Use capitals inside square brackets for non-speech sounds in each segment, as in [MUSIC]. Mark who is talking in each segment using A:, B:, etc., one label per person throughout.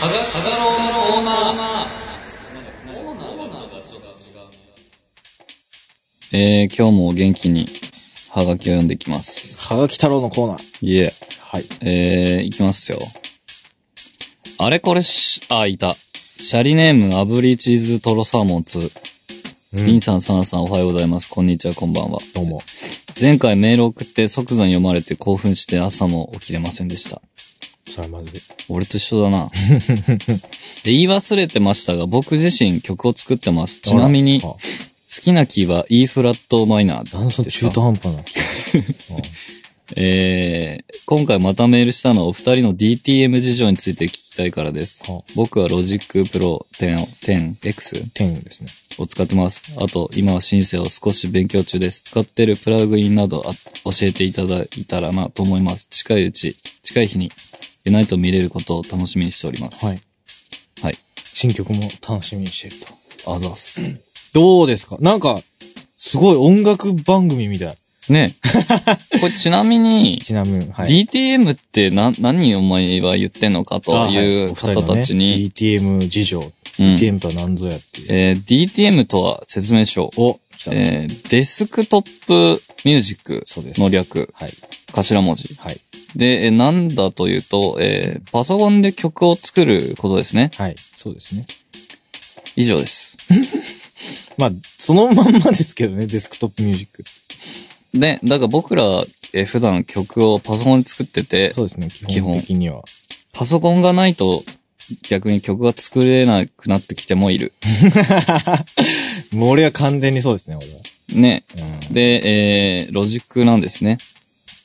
A: かが、かがろうのオーナー。えー、今日もお元気に、はがきを読んでいきます。
B: はがき太郎のコーナー。
A: いえ、
B: はい。
A: えー、いきますよ。あれこれし、あ、いた。シャリネーム、炙りチーズトロサーモン2。
B: うん
A: リンさん、サナさん、おはようございます。こんにちは、こんばんは。
B: どうも。
A: 前回メール送って即座に読まれて興奮して朝も起きれませんでした。
B: それまずい。
A: 俺と一緒だ
B: [LAUGHS]
A: な。で言い忘れてましたが、僕自身曲を作ってます。ちなみに、
B: あら
A: 好きなキーは E フラットマイナーです
B: なんでその中途半端な。
A: えー今回またメールしたのはお二人の DTM 事情について聞きたいからです
B: は。
A: 僕はロジックプロ10を、10X
B: [LAUGHS] 天ですね。
A: を使ってます。あと、今はシンセを少し勉強中です。使ってるプラグインなどあ教えていただいたらなと思います。近いうち、近い日に、ユナイトを見れることを楽しみにしております。。
B: はいい。
A: はい。
B: 新曲も楽しみにしてると。
A: あざっす。
B: どうですかなんか、すごい音楽番組みたい。
A: ね [LAUGHS] これちなみに、
B: ちなみに、は。
A: DTM ってな、何お前は言ってんのかという方たちに、
B: DTM 事情。DTM とは何ぞやっていう。
A: えー DTM とは説明書。
B: お、来た。
A: えーデスクトップミュージック
B: そうです
A: の略、
B: はい。
A: 頭文字。
B: はい。
A: で、えーなんだというと、えーパソコンで曲を作ることですね。
B: はい。そうですね。
A: 以上です。
B: まあ、そのまんまですけどね、デスクトップミュージック。
A: で、だから僕ら、えー普段曲をパソコンで作ってて、
B: そうですね、基本的には。
A: パソコンがないと逆に曲が作れなくなってきてもいる。
B: もう俺は完全にそうですね、俺は。
A: ね。
B: う
A: で、えーロジックなんですね。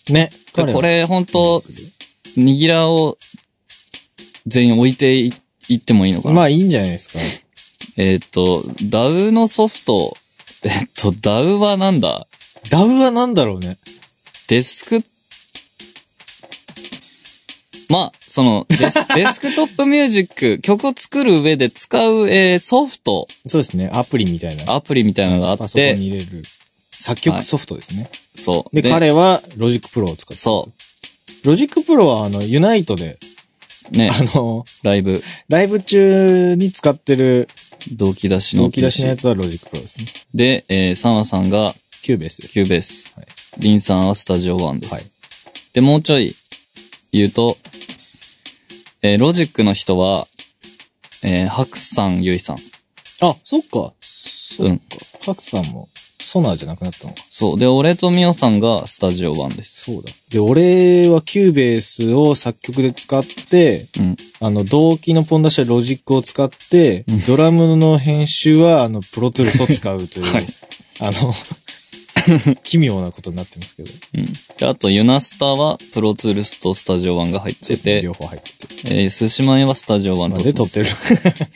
B: ん。ね。
A: これ、こ
B: は
A: れ本当にぎらを全員置いていいってもいいのかな
B: まあいいんじゃないですか。
A: えっ、と、DAW のソフト、えっ、と、DAW はなんだ
B: ダウはなんだろうね。
A: デスク、まあ、そのデス、
B: [LAUGHS]
A: デスクトップミュージック、曲を作る上で使う、えーソフト、
B: そうですね、アプリみたいな。
A: アプリみたいなのがあ
B: パ
A: っ
B: ソコ
A: て、
B: ンに入れる。作曲ソフトですね。
A: そう。
B: で、彼はロジックプロを使って。
A: そ
B: ロジックプロはあの、ユナイトで、
A: う。ね、
B: あの、
A: ライブ、
B: ライブ中に使ってる
A: 動機出しの
B: 動き出しのや
A: PC
B: つはロジックプロですね。
A: で、えーサンワさんが
B: キューベースです。
A: キューベース、
B: はい
A: リンさんはスタジオワンです。
B: はい
A: で、もうちょい言うと、えーロジックの人は、えーハクさん、ユイさん。
B: あ、そっか。そっ
A: うん。
B: か。ハクさんも、ソナーじゃなくなったのか。
A: そう。で、俺とミオさんがスタジオ版です。
B: そうだ。で、俺はキューベースを作曲で使って、
A: うん。
B: あの、動機のポン出しはロジックを使って、ドラムの編集は、あの、プロトゥールスを使うという、
A: はい
B: あの、奇妙なことになってますけど。
A: うん。で、あと、ユナスタは、プロツールスとスタジオ版が入ってて、
B: 両方入ってて。
A: えー、寿司前はスタジオ版
B: まあ
A: と。
B: で、撮ってる。 [LAUGHS]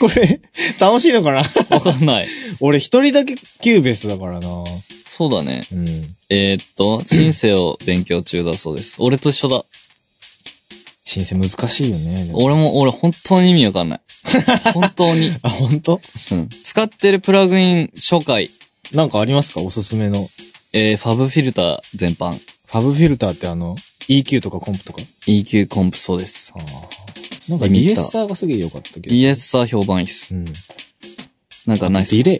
B: これ、楽しいのかな
A: わかんない。 [LAUGHS]
B: 俺一人だけキューベースだからな。
A: そうだね。
B: うん。
A: えー、っと、シンセを勉強中だそうです。俺と一緒だ。
B: 申請難しいよね。でも
A: 俺も、俺、本当に意味わかんない。本当に。
B: あ、本当？
A: うん。使ってるプラグイン紹介、
B: なんかありますかおすすめの。
A: えー、ファブフィルター全般。
B: ファブフィルターってあの、EQ とかコンプとか。
A: EQ コンプそうです。
B: ああ。なんかリエッサーがすげえ良かったけど。
A: リエッサー評判いいっす
B: う。ん。
A: なんか
B: デ
A: ないっす
B: ィレイ。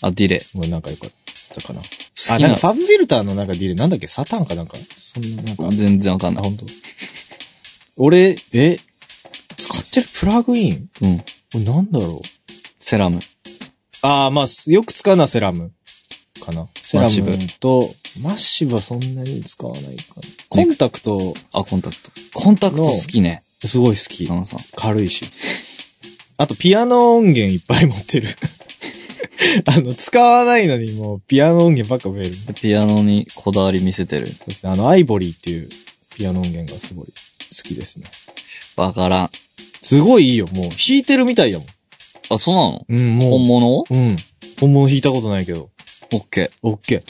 A: あ、ディレイ。
B: もうなんか良かったかな。
A: 好
B: あ、
A: き
B: なん
A: な
B: かファブフィルターのなんかディレイ、なんだっけサタンかなんか。そんな、なんか、あ、
A: 全然わかんない。
B: 本当。俺、え、使ってるプラグイン
A: うん。
B: これなんだろう。
A: セラム。
B: ああ、まあ、すよく使うのはセラムかな。セラ
A: マ
B: ム
A: ッシブ
B: と、マッシブはそんなに使わないかな。コンタクト、
A: あ、コンタクト。コンタクト
B: の
A: 好きね。
B: すごい好き
A: サ。ナさん。
B: 軽いし。あと、ピアノ音源いっぱい持ってる。 [LAUGHS] あの、使わないのにもう、ピアノ音源ばっか増える。
A: でピアノにこだわり見せてる。
B: そうですね。あの、アイボリーっていうピアノ音源がすごい好きですね。
A: わからん。
B: すごいいいよ、もう。弾いてるみたいだもん。
A: あ、そうなの
B: うん、もう。
A: 本物オ
B: うん。本物弾いたことないけど。
A: ッケ
B: オッケー。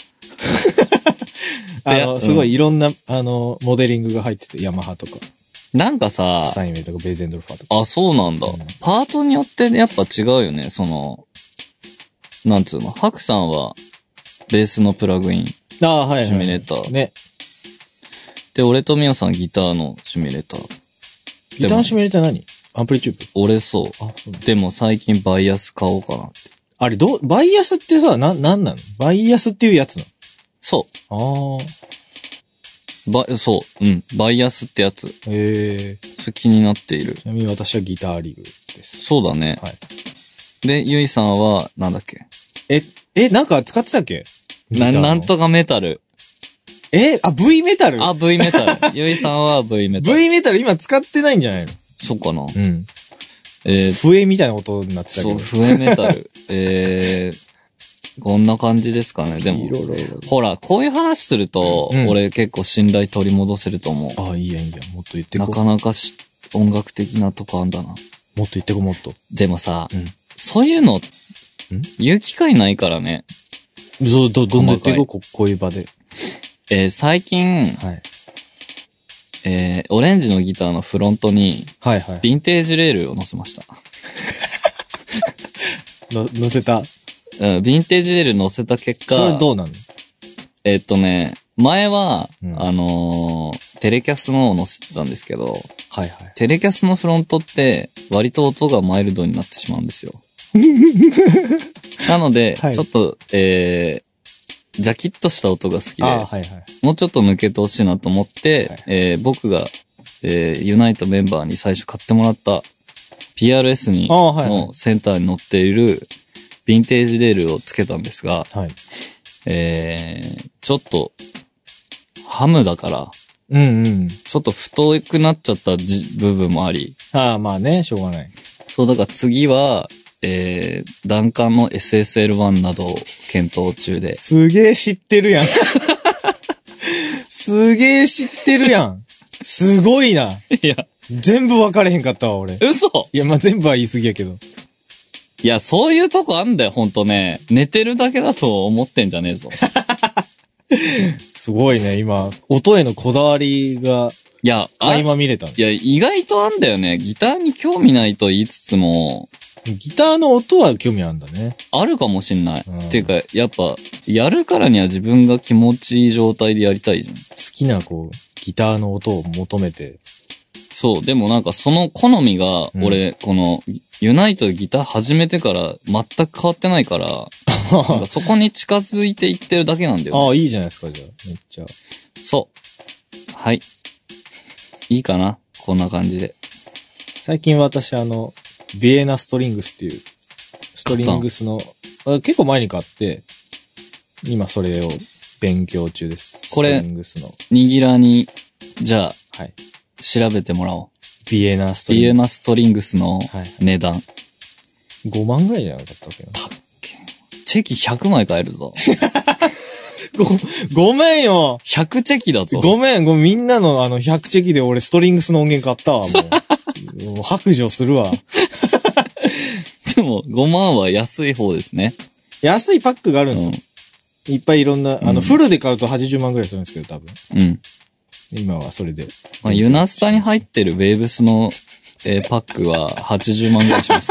B: [LAUGHS] あ
A: う
B: の、
A: ん
B: すごいいろんな、あの、モデリングが入ってて、ヤマハとか、
A: ー。なんかさ、
B: スタインウェイとか、ベーゼンドルファーとか。
A: あ、そうなんだ
B: うん。
A: パートによってやっぱ違うよね。その、なんつうの。ハクさんは、ベースのプラグイン。
B: ああー、はい、はい。
A: シミュレーター
B: ね。
A: で、俺とミオさんギターのシミュレーター。
B: ギターのシミュレーター何アンプリチューブ
A: 折れそう。
B: あ、そうなんだ
A: でも最近バイアス買おうかなって。
B: あれ、どう、バイアスってさ、な、なんなのバイアスっていうやつな
A: そ
B: のああ。
A: う。ば、そう。うん。バイアスってやつ。
B: ええ
A: それ気になっている。
B: ちなみに私はギターリグです。
A: そうだね。
B: はい。
A: で、ゆいさんは、なんだっけ
B: え、え、なんか使ってたっけギタ
A: な
B: ーの
A: なんとかメタル。
B: え、あ、V メタル
A: あ、V メタル。 [LAUGHS] ゆいさんは V メタル。
B: ?V メタル今使ってないんじゃないの
A: そうかな。
B: うん。
A: えー、
B: 笛みたいな音になってたけ
A: そう、
B: ど。
A: 笛メタル。えー、こんな感じですかね。でも、
B: いろいろ
A: ほら、こういう話すると、
B: うん
A: 俺結構信頼取り戻せると思う。
B: あ、いいやいいや。もっと言ってこ。
A: な
B: もっ
A: か
B: と
A: なかし音楽的なとこあんだな。
B: 言ってこ、もっと。
A: でもさ、
B: うん
A: そういうの、言う機会ないからね。
B: ど、ど、どんどん言ってこ
A: 細
B: う、ここういう場で。
A: えー最近、
B: はい。
A: えーオレンジのギターのフロントに、
B: はいは
A: ヴ
B: い。
A: ィンテージレールを載せました。
B: の、乗せた。
A: うん、ヴィンテージレール載せた結
B: それ
A: 果、
B: どうなの
A: えーっとね、前は、
B: うん
A: あのーテレキャスのを載せてたんですけど、
B: はいはい。
A: テレキャスのフロントって、割と音がマイルドになってしまうん
B: [LAUGHS]
A: ですよ。なので、
B: はい
A: ちょっと、えー、ジャキッとした音が好きで、
B: あはいはい。
A: もうちょっと抜けてほしいなと思って、
B: はい
A: えー僕が、えーユナイトメンバーに最初買ってもらった PRS に、
B: あはいはい
A: のセンターに乗っているヴィンテージレールをつけたんですが、
B: はい。
A: えー、ちょっと、ハムだから、
B: うんうん。
A: ちょっと太くなっちゃったじ部分もあり、
B: ああ、まあね、しょうがない。
A: そう、だから次は、えー、弾丸の SSL1 などを検討中で。
B: すげえ知ってるやん。 [LAUGHS] すげえ知ってるやん。すご [LAUGHS] いな。
A: いや、
B: 全部分かれへんかったわ、俺。い
A: 嘘
B: や、まあ、全部は言い過ぎやけど。
A: いや、そういうとこあんだよ、ほんとね。寝てるだけだと思ってんじゃねえぞ。
B: すごいね、今、音へのこだわりが、
A: いや、あ、
B: 垣
A: い
B: 間見れたね。
A: や、意外とあんだよね。ギターに興味ないと言いつつも、
B: ギターの音は興味あるんだね。
A: あるかもしんない。
B: うん
A: っていうか、やっぱ、やるからには自分が気持ちいい状態でやりたいじゃん。
B: 好きな、こう、ギターの音を求めて。
A: そう、でもなんかその好みが、
B: うん
A: 俺、この、ユナイトギター始めてから全く変わってない
B: [LAUGHS]
A: から、なんかそこに近づいていってるだけなんだよ、
B: あ
A: ね。
B: あ、いいじゃないですか、じゃあ。めっちゃ。
A: そう。はい。いいかなこんな感じで。
B: 最近私、あの、ビエナストリングスっていう、ストリングスの、あ結構前に買って、今それを勉強中です。
A: これ
B: ストリングスの。
A: にぎらに、じゃあ、
B: はい。
A: 調べてもらお
B: ビエナス
A: う。
B: ト
A: ビ
B: リ
A: エ
B: ング
A: ナストリングスの
B: はい
A: 値段。
B: ス。5万ぐらいじゃなかっ
A: [LAUGHS]
B: たっけな。
A: チェキ100枚買えるぞ。
B: ご、ごめんよ
A: 100チェキだぞ。
B: ごめん、ごめん、みんなのあの、100チェキで俺ストリングスの音源買った
A: [LAUGHS]
B: わ、もう。もう白状するわ。
A: でも、5万は安い方ですね。
B: 安いパックがあるん
A: う
B: ですよ。
A: ん。
B: いっぱいいろんな、あ
A: うん
B: の、フルで買うと80万ぐらいするんですけど、多分。
A: うん。
B: 今はそれで。
A: まあ、ユナスタに入ってるウェーブスの、えーパックは80万ぐらいします。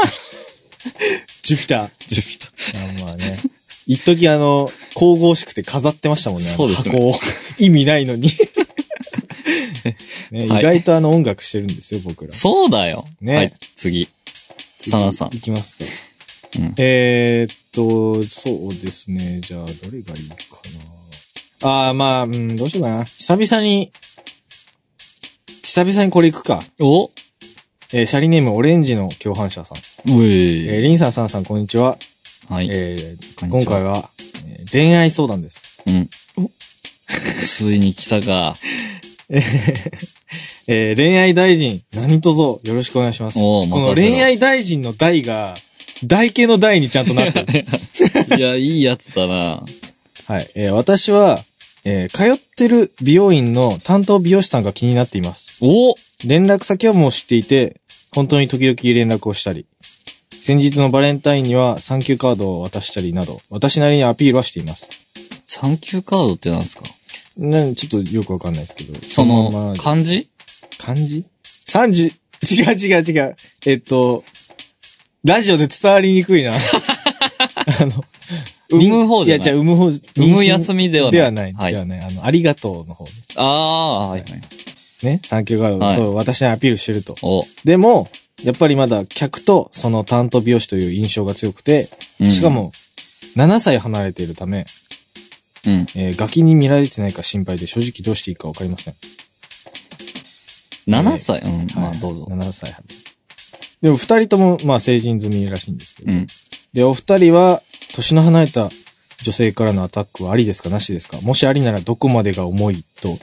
B: ジュピター。
A: ジュピター
B: あまあね。一時あの、神々しくて飾ってましたもんね。あの
A: そうですね
B: 箱を。意味ないの
A: [LAUGHS]
B: に、ね
A: はい
B: 意外とあの音楽してるんですよ、僕ら。
A: そうだよ。
B: ね
A: はい、次。サナさん
B: い。きますか。
A: うん
B: えーっと、そうですね。じゃあ、どれがいいかな。ああ、まあ、うん、どうしようかな。久々に、久々にこれいくか。
A: おう
B: えーシャリネームオレンジの共犯者さん。えー
A: え
B: リンさん、サンさん、こんにちは。
A: はい。
B: えー
A: こんに
B: 今
A: ちは
B: 回は、えー恋愛相談です。
A: うん。ついに来たか。
B: えーえー恋愛大臣、何卒よろしくお願いします。こ
A: おう
B: の
A: 任せろ
B: 恋愛大臣の大が、台形の台にちゃんとなっ
A: [LAUGHS]
B: てる。
A: いや、いいやつだな。
B: はい。えー私は、えー通ってる美容院の担当美容師さんが気になっています。
A: お
B: 連絡先はもう知っていて、本当に時々連絡をしたり、先日のバレンタインには産休カードを渡したりなど、私なりにアピールはしています。
A: サンキューカードってなんですか
B: ね、ちょっとよくわかんないですけど。
A: そ
B: まま
A: の、漢字
B: 漢字 ?30、違う違う違う。えっと、ラジオで伝わりに
A: [LAUGHS]
B: くいな。あの、
A: 産む方じゃない
B: いや、じゃあ産む方、
A: 産
B: 妊
A: む
B: 娠
A: 休みではない。
B: ではない。
A: はい
B: ではない。あの、ありがとうの方。
A: ああ、はいはい。
B: ね。産休カード、
A: はい
B: そう、私にアピールしてると。
A: お
B: でも、やっぱりまだ客とその担当美容師という印象が強くて、
A: うん
B: しか、も、7歳離れているため、
A: うん。
B: えーガキに見られてないか心配で正直どうしていいかわかりません。
A: 7歳、うん、まあ
B: はい
A: どうぞ。
B: 7歳離れでも2人とも、まあ成人済みらしいんですけど。
A: うん。
B: で、お二人は、年の離れた女性からのアタックはありですかなしですかもしありならどこまでが重いと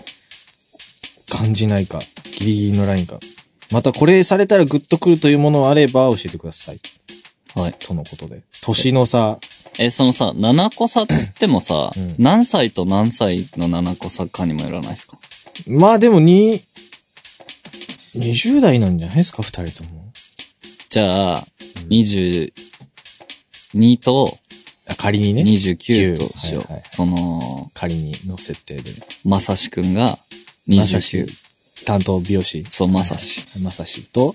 B: 感じないか、ギリギリのラインか。またこれされたらグッとくるというものあれば教えてください。
A: はい。
B: とのことで。年の差、
A: え、そのさ、7個差っつってもさ、
B: うん
A: 何歳と何歳の7個差かにもよらないですか
B: まあでもに20代なんじゃないですか二人とも。
A: じゃあ、
B: うん
A: 22と
B: あ仮にね。
A: 29としよ。
B: はいはいう
A: その、
B: 仮にの設定で。
A: まさしくんが
B: まさし
A: 29。
B: 担当美容師。
A: そう、まさし。
B: まさしと、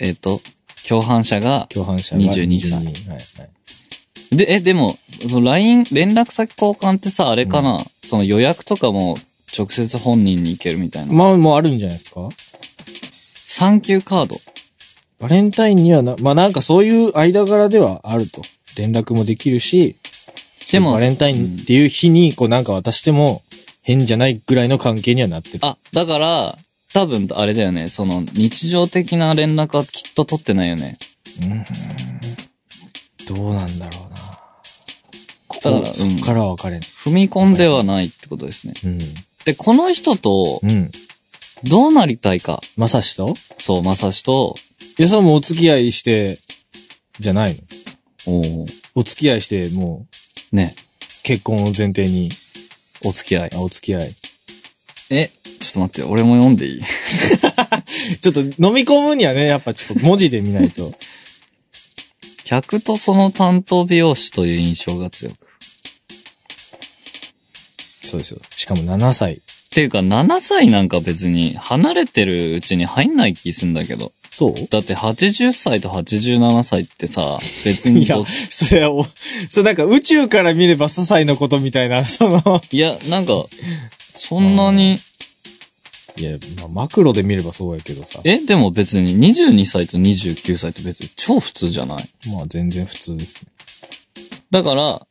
A: えっ、と、共犯者が、
B: 共犯者が
A: 22歳
B: はいはい。
A: で、え、でも、その LINE、連絡先交換ってさ、あれかな、その予約とかも直接本人に行けるみたいな。
B: まあもうあるんじゃないですか
A: 産休カード。
B: バレンタインにはな、まあなんかそういう間柄ではあると。連絡もできるし、
A: でも、
B: バレンタインっていう日にこうなんか渡しても変じゃないぐらいの関係にはなってる。
A: あ、だから、多分、あれだよね。その、日常的な連絡はきっと取ってないよね。
B: どうなんだろうな。こ
A: だか
B: こ
A: ら、
B: そっ
A: うん
B: からは分かれん。
A: 踏み込んではないってことですね。
B: うん。
A: で、この人と、
B: うん。
A: どうなりたいか。
B: まさしと
A: そう、まさしと、
B: え、さもうお付き合いして、じゃないの
A: おー
B: お付き合いして、もう
A: ね、
B: 結婚を前提に、
A: お付き合い。
B: あお付き合い。
A: え、ちょっと待って、俺も読んでいい [LAUGHS]
B: ちょっと飲み込むにはね、やっぱちょっと文字で見ない [LAUGHS] と。
A: 客とその担当美容師という印象が強く。っ
B: そうですよ。しかも7歳。
A: ていうか、7歳なんか別に離れてるうちに入んない気すんだけど。
B: そう
A: だって80歳と87歳ってさ、別に
B: [LAUGHS] いや
A: どっ、
B: それはお、それなんか宇宙から見れば些細なことみたいな、 [LAUGHS] その。
A: いや、なんか、そんなに、
B: いや、まあ、マクロで見ればそうやけどさ。
A: え、でも別に22歳と29歳って別に超普通じゃない
B: まあ、全然普通ですね。
A: だから、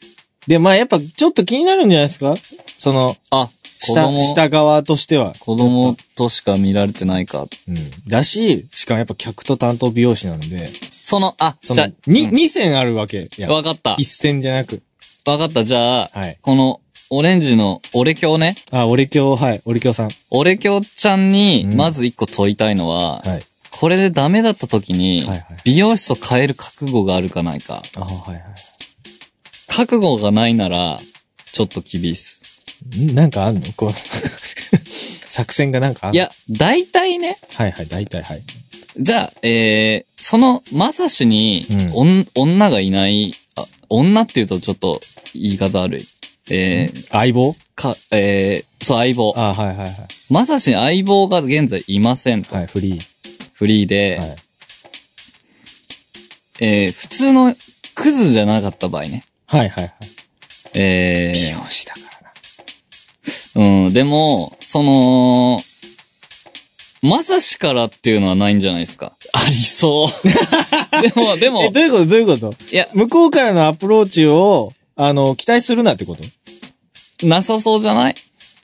B: で、まあ、やっぱちょっと気になるんじゃないですかその、
A: あ、子
B: 下、
A: 供、
B: 下側としては。
A: 子供としか見られてないか。
B: うん。だし、しかもやっぱ客と担当美容師なので、
A: その、あ、
B: そ
A: じゃ
B: の
A: あ、、
B: に、
A: うん
B: 二線あるわけ。いや、
A: わかった
B: 一。線じゃなく。
A: わかった。じゃあ、
B: はい
A: この、オレンジの、俺教ね。
B: あ、俺今日、はい、俺今日さん。
A: 俺教ちゃんに、
B: うん
A: まず一個問いたいのは、
B: はい。
A: これでダメだった時に、
B: はいはい
A: 美容室を変える覚悟があるかないか。
B: あ、はいは
A: 覚悟がないなら、ちょっと厳いっす。
B: い。んなんかあんのこう、 [LAUGHS] 作戦がなんかあん
A: い
B: の、
A: や、大体ね、
B: はいはい、大体はい。
A: じゃあ、えー、その、まさしに、
B: う
A: おん女がいない、あ、女って言うとちょっと言い方悪い。えー、
B: 相棒
A: か、えー、そう、相棒。
B: あ、はいはいはい。
A: まさしに相棒が現在いませんと。
B: はい、フリ
A: フリーで、
B: ー。はい。
A: えー、普通のクズじゃなかった場合ね。
B: はいはいはい。
A: え
B: 美容師だからな。
A: ー、うん、でも、その、まさしからっていうのはないんじゃないですか。ありそう。 [LAUGHS] でも、で
B: え、
A: も
B: ど、ういうことどういうこと
A: いや、
B: 向こうからのアプローチを、あの、期待するなってこと
A: なさそうじゃない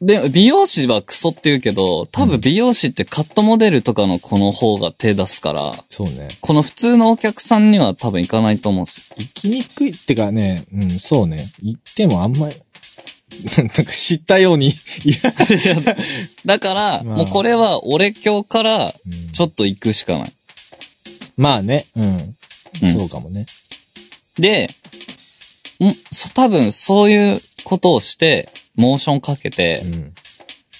A: で、美容師はクソって言うけど、多分美容師ってカットモデルとかの子の方が手出すから、
B: そうね。
A: この普通のお客さんには多分行かないと思うんです。
B: 行きにくいってかね、うん、そうね。行ってもあんまり、 [LAUGHS] なんか知ったように、いや、
A: だから、
B: まあ
A: もうこれは俺今日からちょっと行くしかない。
B: まあね、うん。
A: うん
B: そうかもね。
A: で、ん、そ多分そういうことをして、モーションかけて
B: うん。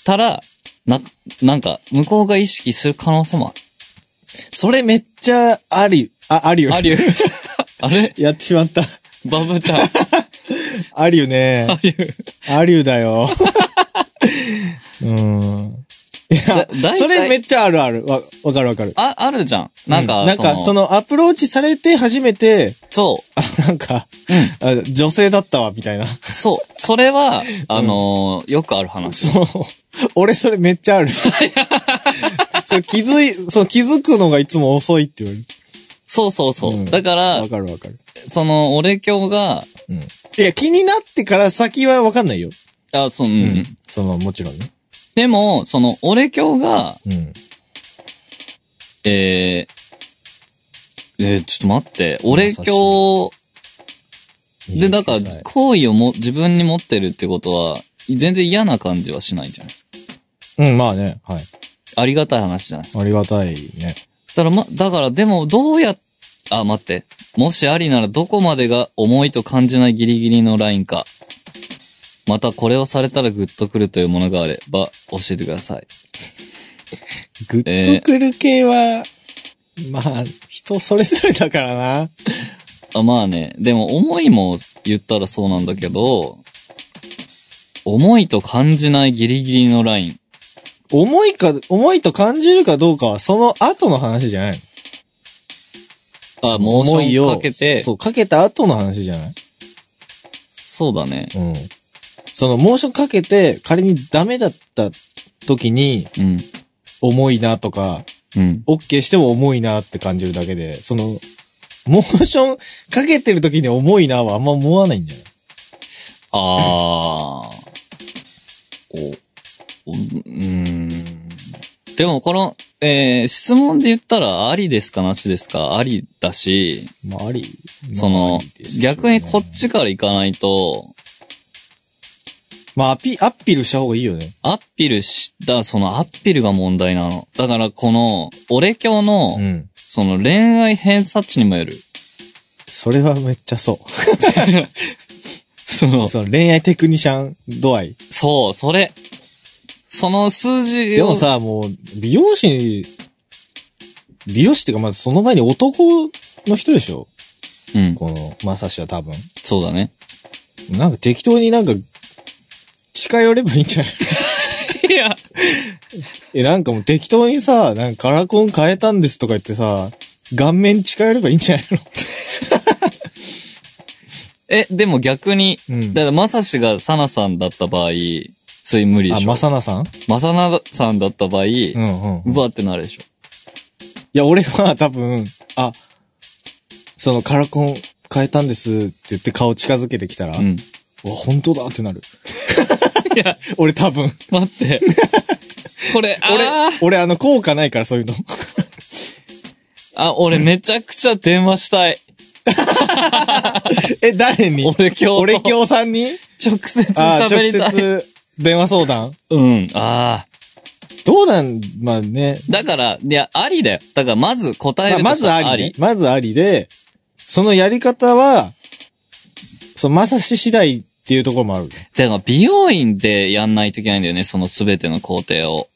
A: たら、な、なんか、向こうが意識する可能性も
B: [LAUGHS] それめっちゃあり、あ、ありよ。
A: ある。あり [LAUGHS] あれ
B: やってしまった。 [LAUGHS]
A: バブちゃん。
B: ありよ [LAUGHS] ね。
A: あり
B: ありゅうだ [LAUGHS] よ。うん。い
A: だ
B: や
A: 大体、
B: それめっちゃあるある。わ、わかるわかる。
A: あ、あるじゃん。なんか、
B: うなんか、そのアプローチされて初め
A: [LAUGHS]
B: て、
A: そ
B: あ、なんか、
A: う
B: あ女性だったわ、みたいな。 [LAUGHS]
A: う。そう。それは、あのーよくある話。 [LAUGHS]
B: そう。俺それめっちゃある。そう気づい、そう気づくのがいつも遅いって言われる。
A: そうそうそう。
B: うん
A: だから
B: わ、かるわかる。
A: その、俺教が、
B: うん。いや、気になってから先はわかんないよ。
A: あ、その、う
B: うんん。その、もちろんね。
A: でも、その、俺教が、
B: うん。
A: えー、えーちょっと待って、俺教で、だから
B: 29歳、
A: 好意をも、自分に持ってるってことは、全然嫌な感じはしないじゃないです
B: うん、まあね、はい。
A: か。ありがたい話じゃないですか。
B: ありがたいね。
A: だから、ま、だから、でも、どうやっ、あ、待って。もしありなら、どこまでが重いと感じないギリギリのラインか。また、これをされたらグッとくるというものがあれば、教えてください。
B: グッとくる系は、まあ、人それぞれだからな。
A: あまあね、でも思いも言ったらそうなんだけど、思いと感じないギリギリのライン。
B: 重いか、重いと感じるかどうかは、その後の話じゃないの
A: あ、モーシ
B: 思い
A: ョン
B: を
A: かけて、
B: そ、
A: そう
B: かけた後の話じゃないう
A: だね。
B: うん。その、モーションかけて、仮にダメだった時に、
A: うん。
B: 重いなとか、
A: うん。
B: OK しても重いなって感じるだけで、その、モーションかけてる時に重いなはあんま思わないんじゃない
A: あー。お、おうーん。でもこの、えー、質問で言ったらありですかなしですかありだし、
B: まあ、あり。
A: その、逆にこっ。ちから行かないと、
B: まあ、アピ、アピールした方がいいよね。
A: アッピルした、そのアッピルが問題なの。だからこの、俺教の、
B: うん。
A: その恋愛偏差値にもよる。
B: それはめっちゃそ
A: その
B: う。、その恋愛テクニシャン度合い。
A: そう、それ。その数字を。
B: でも、さ、もう、美容師、美容師っていうか、まずその前に男の人でしょ
A: うん、
B: この、まさしは多分。
A: そうだね。
B: なんか適当になんか、近寄ればいいんじゃない [LAUGHS]
A: いや、
B: え、なんかもう適当にさ、なんかカラコン変えたんですとか言ってさ、顔面近寄ればいいんじゃない
A: え、でも逆に、
B: のうん
A: だから、まさしがサナさんだった場合、それ無理で
B: あ、
A: しょ。
B: まさなさん
A: まさなさんだった場合、
B: う
A: うん
B: うん。い
A: わってなるでしょ。
B: や、俺は多分、あ、そのカラコン変えたんですって言って顔近づけてきたら、
A: うん。
B: うわ、本当だってなる。俺多分。
A: 待
B: [LAUGHS]
A: って。これ、あー
B: 俺、俺あの、効果ないからそういうの。
A: あ、俺めちゃくちゃ電話したい。
B: え、誰に
A: 俺今日、
B: 俺京さんに
A: 直接
B: あー
A: 喋
B: 直
A: りたい。
B: 接電話相談
A: うん、ああ。
B: どうなん、まあね。
A: だから、いや、ありだよ。だから、まず答える
B: まあ、
A: と
B: まずあり、ね。まずありで、そのやり方は、その、まさし次第っていうところもある。
A: だから、美容院でやんないといけないんだよね、そのすべての工程を。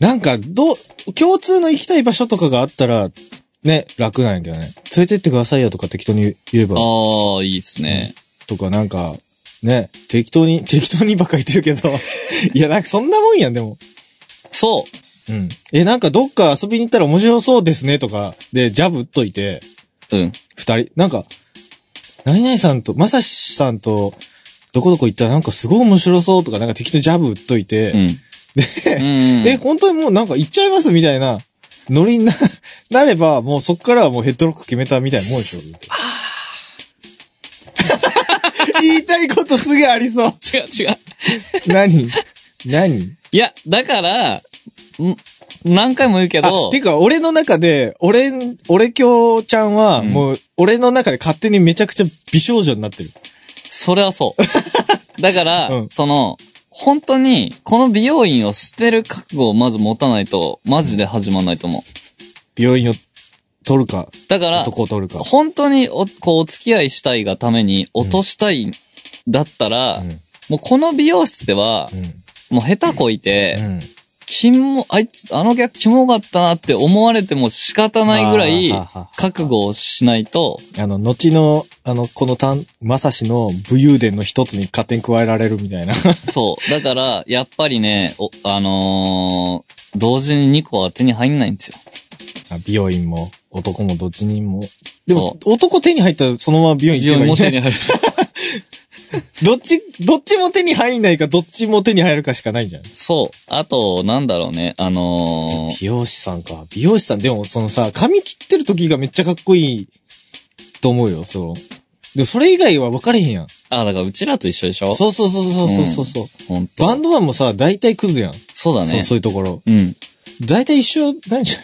B: なんか、どう、共通の行きたい場所とかがあったら、ね、楽なんやけどね。連れてってくださいよとか適当に言えば、
A: ああ、いいっすね。
B: とかなんか、ね、適当に、適当にばっか言ってるけど。 [LAUGHS] いや、なんかそんなもんやん、でも。
A: そう。
B: うん。え、なんかどっか遊びに行ったら面白そうですね、とか、で、ジャブ打っといて、
A: うん。
B: 二人、なんか、何々さんと、まさしさんと、どこどこ行ったらなんかすごい面白そうとか、なんか適当にジャブ打っといて、
A: うん。うん。
B: え、本当にもうなんか行っちゃいますみたいな、ノリにな、 [LAUGHS] なれば、もうそっからはもうヘッドロック決めたみたいなもんでしょ。 [LAUGHS] 言いたいことすげえありそ
A: 違
B: う。
A: う違う。
B: 何何
A: いや、だから、ん何回も言うけ
B: あ
A: ど、、
B: てか、俺の中で、俺、俺京ちゃんは、
A: うん
B: もう、俺の中で勝手にめちゃくちゃ美少女になってる。
A: それはそう。
B: [LAUGHS]
A: だから、
B: うん
A: その、本当に、この美容院を捨てる覚悟をまず持たないと、マジで始まんないと思う。
B: 病院を取るか、
A: だから、
B: 男を取るか。
A: 本当にお、こう、お付き合いしたいがために、落としたい、だったら、
B: う
A: もうこの美容室では、
B: ん。
A: もう下手こいて、
B: うん。
A: キモ、あいつ、あの客キモかったなって思われても仕方ないぐらい
B: あーははは、
A: 覚悟をしないと、
B: あの、後の、あの、このたん、まさしの武勇伝の一つに勝手に加えられるみた
A: [LAUGHS]
B: いな。
A: そう。だから、やっぱりね、お、あのー同時に2個は手に入んないんですよ。
B: 美容院も、男もどっちにも。でも
A: そ、
B: 男手に入ったらそのまま美容院
A: 美
B: 行
A: 容
B: けば
A: 院
B: いい
A: も
B: じゃ
A: 手
B: ん
A: に入る。
B: [LAUGHS] どっち、どっちも手に入んないか、どっちも手に入るかしかないんじゃない
A: [LAUGHS] そう。あと、なんだろうね。あのー
B: 美容師さんか。美容師さん、でもそのさ、髪切ってる時がめっちゃかっこいいと思うよ、その。でもそれ以外は分かれへんやん。
A: あ、だからうちらと一緒でしょ
B: そうそうそうそうそうそうそう、
A: ほんと
B: バンドマンもさ、大体クズやん。
A: そうだ
B: そう
A: ね。
B: そういうところ。
A: うん。
B: 大体一緒なんじゃな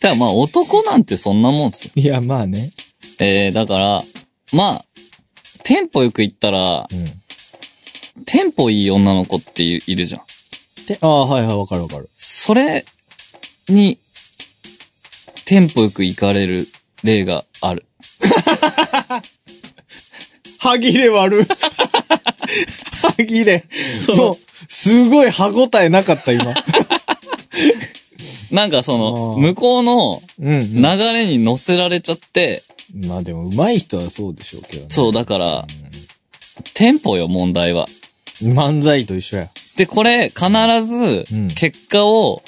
A: ただまあ男なんてそんなもんですよ。
B: いいや、まあね。
A: えー、だから、まあ、テンポよく行ったら
B: う、ん。
A: テンポいい女の子っていいるじゃん。
B: で、ああ、はいはい、わかるわかる。
A: それに、テンポよく行かれる例がある。
B: 歯切れ悪い。歯切れ。
A: う
B: もう、すごい歯応えなかった、今。
A: なんかそ
B: あ
A: の、
B: ー
A: 向こうの
B: う
A: 流
B: ん、
A: れに乗せられちゃって、
B: まあでも、上手い人はそうでしょうけどね。
A: そう、だから、テンポよ、問題は。
B: 漫才と一緒や。
A: で、これ、必ず
B: うん、
A: 結果を、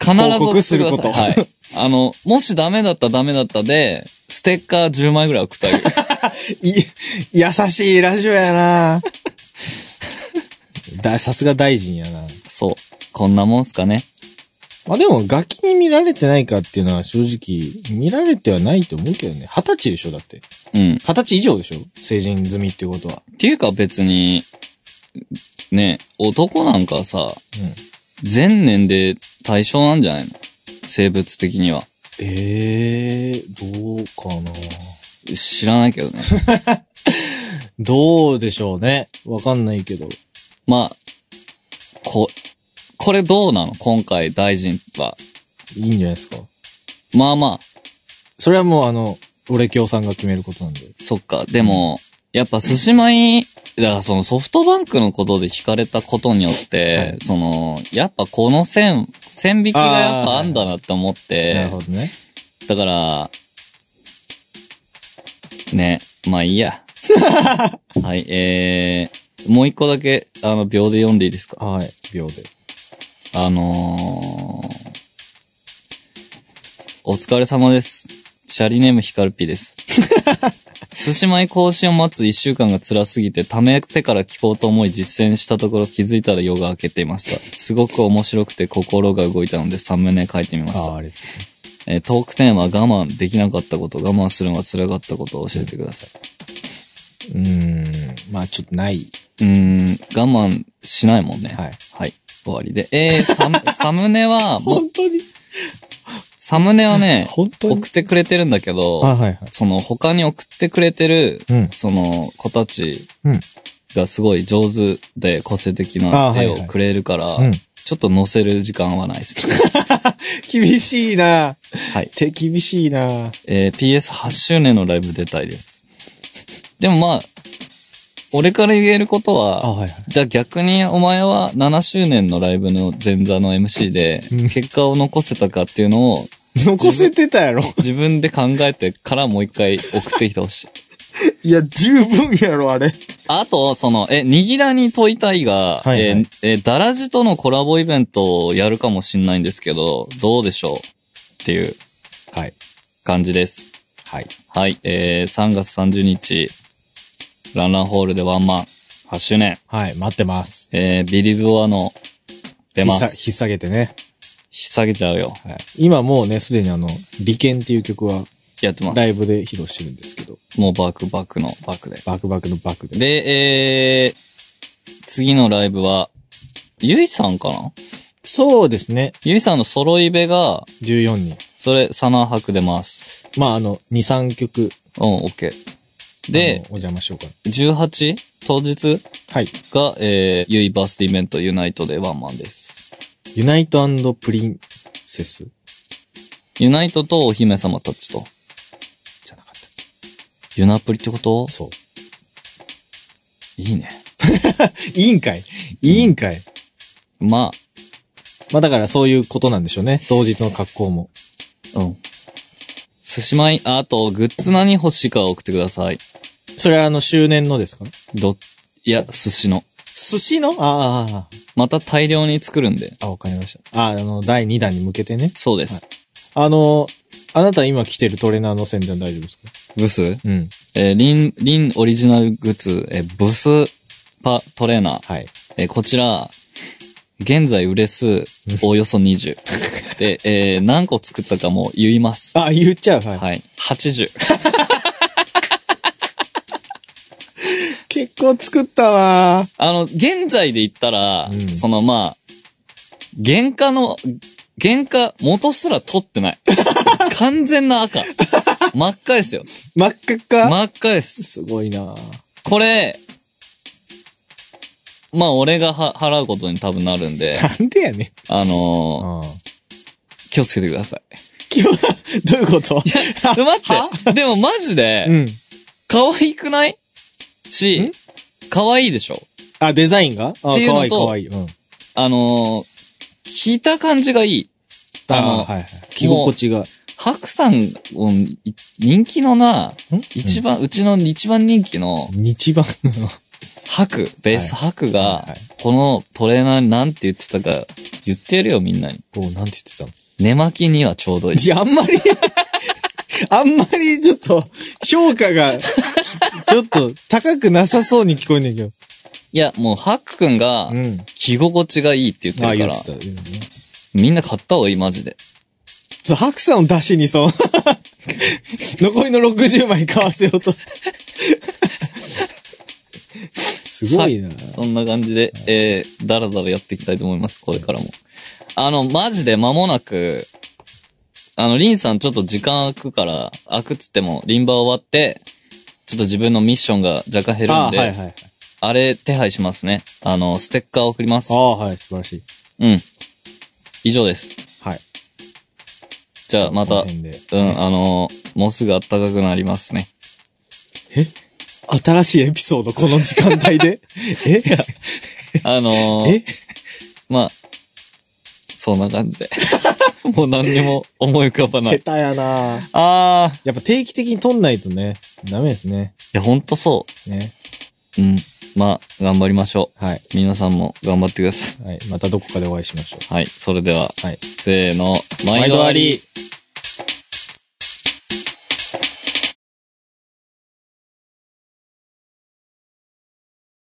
A: 必ず
B: 報告する
A: 送ってください
B: こ
A: はい。あの、もしダメだったらダメだったで、ステッカー10枚ぐらい送
B: [LAUGHS]
A: ってあげる。
B: い、優しいラジオやなだ、さすが大臣やな。
A: そう。こんなもんすかね。
B: まあでも、ガキに見られてないかっていうのは正直、見られてはないと思うけどね。二十歳でしょだって。
A: うん。っ
B: 二十歳以上でしょ成人済みってことは。
A: ていうか別に、ね、男なんかさ、
B: うん。
A: 全年で対象なんじゃないの生物的には。
B: ええどうかな
A: 知らないけどね。
B: どうでしょうね。わかんないけど。
A: まあ、こ、これどうなの今回大臣は。
B: いいんじゃないですか。
A: まあまあ、
B: それはもうあの、俺京さんが決めることなんで。
A: そっか。でも、やっぱ寿司米、だからそのソフトバンクのことで惹かれたことによって、
B: はい
A: その、やっぱこの線、線引きがやっぱあんだなって思って、
B: なるほどね。
A: だから、ね、まあいい
B: [LAUGHS]
A: や。はい、えー、もう一個だけ、あの、秒で読んでいいですか
B: はい。秒で。
A: あのー、お疲れ様です。シャリネームヒカルピ
B: [LAUGHS]
A: です。寿司米更新を待つ一週間が辛すぎて、溜めてから聞こうと思い実践したところ気づいたら夜が明けていました。すごく面白くて心が動いたのでサムネ書いてみまし
B: ああ、
A: た。
B: あれ。
A: えートークテーマ我慢できなかったこと、我慢するのが辛かったことを教えてください。
B: うーん。まあちょっとない。
A: うーん、我慢しないもんね。
B: はい。
A: はい。終わりで。えー、サムサムネは、も
B: 本当に
A: サムネはね、
B: 本当に
A: 送ってくれてるんだけど、
B: あはいはい。
A: その他に送ってくれてる、
B: うん
A: その子たち
B: うん。
A: がすごい上手で個性的
B: あ
A: な
B: は
A: 絵
B: いはい
A: をくれるから、
B: うん
A: ちょっと載せる時間はないです [LAUGHS] ね。
B: 厳しいな
A: はい。
B: 手厳しいな
A: えー、TS8 周年のライブ出たいです。でもまあ、俺から言えることは、
B: あはいはい。
A: じゃあ逆にお前は7周年のライブの前座の MC で
B: うん、
A: 結果を残せたかっていうのを
B: 残せてたやろ。
A: 自分で考えてからもう一回送ってきてほしい。
B: いや、十分やろ、あれ。
A: あと、その、え、にぎらに問いたいが、
B: はいはい
A: えー、えー、だらじとのコラボイベントをやるかもしんないんですけど、どうでしょうっていう
B: はい。
A: 感じです。
B: はい。
A: はい、えー、3月30日、ランランホールでワンマン、8周年、
B: はい、待ってます。
A: えー、ビリブワの、出ま
B: ひっさ
A: す。
B: ひっさげてね。
A: ひっさげちゃうよ。
B: はい。今もうね、すでにあの、利権っていう曲は、
A: やってます。
B: ライブで披露してるんですけど、
A: もうバクバクのバクで。
B: バクバクのバクで。
A: で、えー、次のライブは、ゆいさんかな
B: そうですね、
A: ゆいさんの揃い部が、
B: 14人。
A: それ、サナーハク出ます。
B: まあ、あの、2、3曲、
A: うん、オッケー。
B: あ
A: で
B: の、お邪魔しようかな。
A: 18当日
B: はい。
A: が、えー、ユイバースディメントユナイトでワンマンです。
B: ユナイトプリンセス
A: ユナイトとお姫様たちと、
B: じゃなかっ
A: ユナプリってこと
B: た。そう。
A: いいね。
B: 委員会委員会、
A: ま
B: まあだからそういうことなんでしょうね。当日の格好も。
A: あ、うん。すしまい、ああと、グッズ何欲しいか送ってください。
B: それはあの、周年のですか
A: ど、いや、寿司の。
B: 寿司のあー
A: また大量に作るんで。
B: あー、あーあ、わかりました。あー、あの、第2弾に向けてね。
A: そうです。
B: あの、あなた今着てるトレーナーの宣伝大丈夫ですか
A: ブス
B: うん。
A: えーリン、リンオリジナルグッズ、えーブスパトレーナー。
B: はい。
A: えーこちら、現在売れ数、おおよそ20。で、えー何個作ったかも言います。
B: あ、言っちゃう。はい。
A: はい。80。
B: 結構作ったわ
A: あの、現在で言ったら、
B: うん
A: そのまあ、原価の、原価、元すら取って
B: [LAUGHS]
A: ない。完全な赤。真っ赤ですよ。
B: 真っ赤っか、
A: 真っ赤です。
B: すごいな
A: これ、まあ俺がは払うことに多分なるんで、
B: [LAUGHS] なんでやねん。
A: あのー
B: ああ
A: 気をつけてください。
B: 今日、どういうこと
A: で待って、でもマジ
B: [LAUGHS] う
A: で、
B: ん。
A: 可愛くないし
B: ん、
A: 可愛いでしょ
B: あ、デザインがあ、か
A: っていうの
B: わいいか
A: と
B: わいい。うん。
A: あのー、聞いた感じがいい。あの
B: あはいはい。着心地が。
A: 白さんをい人気のな、一
B: 番。
A: 番、うちの一番人気の
B: 一番の。
A: 白、ベース白が、
B: はいはい
A: このトレーナーになんて言ってたか言ってやるよみんなに。
B: おなんて言ってたの
A: 寝巻きにはちょうどいい。
B: いや、あんまり、あんまりちょっと、評価が、ちょっと高くなさそうに聞こえんねんけど。
A: いや、もうハックくんが
B: うん。
A: 着心地がいいって言っ
B: あ
A: てるか
B: 言っ
A: ら
B: て、た。言うね
A: みんな買った方がいいマジで。
B: ちょっと白さんを出しにそう。残りの60枚買わせようと。すごいな。
A: そんな感じで、えー、だらだらやっていきたいと思います、これからも。あの、マジで間もなく、あの、リンさんちょっと時間空くから、空くっつっても、リンバー終わって、ちょっと自分のミッションが若干減る
B: あ
A: ん
B: はい
A: で、あ,、
B: はいはい。
A: れ手配しますね。あの、ステッカー送ります
B: あ。あはい、素晴らしい。
A: うん。以上です。
B: はい。
A: じゃあ、ま
B: こ
A: た、
B: の
A: う
B: 辺
A: ん、
B: で
A: あの、もうすぐ暖かくなりますね。
B: 新しいエピソード、この時間
A: [LAUGHS]
B: 帯で。え
A: あのー
B: え
A: まあ、そんな感じで。 [LAUGHS] もう何にも思い浮かばな
B: 下
A: い。
B: 手やな
A: あー。
B: やっぱ定期的に撮んないとね、ダメですね。
A: いや、ほんとそ
B: ね。
A: う。うん。まあ、頑張りましょ
B: はい。
A: う。皆さんも頑張ってくださ
B: はい。またどこかでお会いしましょう。
A: い。はい。それでは、
B: はい。
A: せーの、
B: 毎度あり。